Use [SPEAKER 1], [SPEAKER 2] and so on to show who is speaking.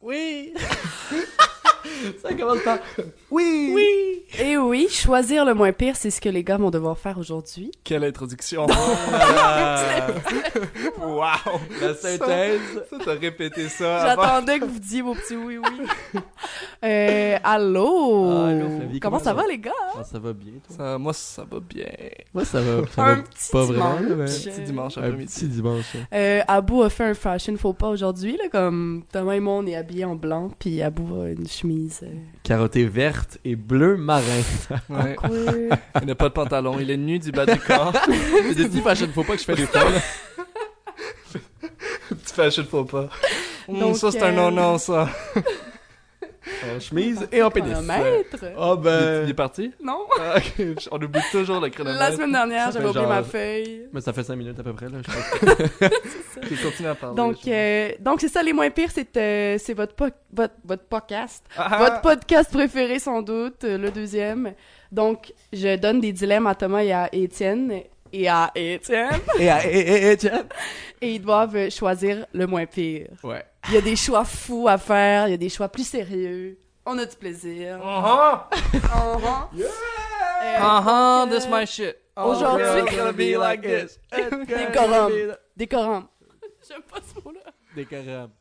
[SPEAKER 1] Oui. ça commence par oui.
[SPEAKER 2] Oui. Et Eh oui, choisir le moins pire, c'est ce que les gars vont devoir faire aujourd'hui.
[SPEAKER 1] Quelle introduction.
[SPEAKER 3] wow!
[SPEAKER 1] La synthèse.
[SPEAKER 3] Ça, t'as répété
[SPEAKER 1] Ah,
[SPEAKER 3] ça avant.
[SPEAKER 2] J'attendais que vous disiez vos petits oui oui. Euh, allô.
[SPEAKER 4] Ah, allô, Flavie,
[SPEAKER 2] Comment
[SPEAKER 4] comment
[SPEAKER 2] ça
[SPEAKER 4] ça
[SPEAKER 2] va
[SPEAKER 4] va?
[SPEAKER 2] les gars
[SPEAKER 4] Ah, ça va bien, toi?
[SPEAKER 1] Ça, moi, ça va bien.
[SPEAKER 4] Moi, ça va, ça
[SPEAKER 2] Un
[SPEAKER 4] va
[SPEAKER 2] petit
[SPEAKER 4] pas
[SPEAKER 2] dimanche.
[SPEAKER 4] vraiment, mais...
[SPEAKER 1] C'est dimanche
[SPEAKER 4] Euh, Un
[SPEAKER 1] après-midi.
[SPEAKER 4] petit dimanche. hein.
[SPEAKER 2] Euh, Abou a fait un fashion faux pas aujourd'hui là comme Thomas et moi on est habillés en blanc puis Abou a une chemise. euh,
[SPEAKER 4] Carottée verte et bleu marin.
[SPEAKER 1] Ouais.
[SPEAKER 2] cool.
[SPEAKER 1] Il n'a pas de pantalon. Il est nu du bas du corps.
[SPEAKER 4] C'est des petits fashion faut pas que je fais des folles.
[SPEAKER 1] tu fashion faux pas. Hum,
[SPEAKER 2] Donc,
[SPEAKER 1] ça, c'est
[SPEAKER 2] euh,
[SPEAKER 1] un non-non, ça.
[SPEAKER 4] En chemise et en pénis. Oh,
[SPEAKER 2] Chronomètre?
[SPEAKER 4] Ah ben...
[SPEAKER 1] Il, il est parti?
[SPEAKER 2] Non.
[SPEAKER 1] Ah, ok. On oublie toujours le chronomètre.
[SPEAKER 2] La semaine dernière,
[SPEAKER 4] Ça
[SPEAKER 2] j'avais
[SPEAKER 4] fait
[SPEAKER 2] oublié
[SPEAKER 4] genre-
[SPEAKER 2] ma feuille.
[SPEAKER 4] Mais ça fait 5 minutes à peu près, là, je pense.
[SPEAKER 1] Ok, continue à parler.
[SPEAKER 2] Donc,
[SPEAKER 1] je-
[SPEAKER 2] euh, donc c'est ça, les moins pires, c'est euh, c'est votre, po- votre, votre podcast.
[SPEAKER 1] Ah,
[SPEAKER 2] Votre podcast préféré, sans doute, euh, le deuxième. Donc, je donne des dilemmes à Thomas et à Étienne. Et à Étienne.
[SPEAKER 4] et, à- et, et, et, tiens.
[SPEAKER 2] Et ils doivent euh, choisir le moins pire.
[SPEAKER 4] Ouais.
[SPEAKER 2] Il y a des choix fous à faire, il y a des choix plus sérieux. On a du plaisir.
[SPEAKER 1] Uh-huh.
[SPEAKER 2] Uh-huh.
[SPEAKER 4] Ah.
[SPEAKER 2] Euh,
[SPEAKER 1] Uh-huh,
[SPEAKER 2] donc,
[SPEAKER 1] this
[SPEAKER 2] euh,
[SPEAKER 1] my shit.
[SPEAKER 4] Oh,
[SPEAKER 2] aujourd'hui-
[SPEAKER 1] it's gonna be like this.
[SPEAKER 2] Décorum. Décorum. J'aime pas ce mot-là.
[SPEAKER 4] Décorum.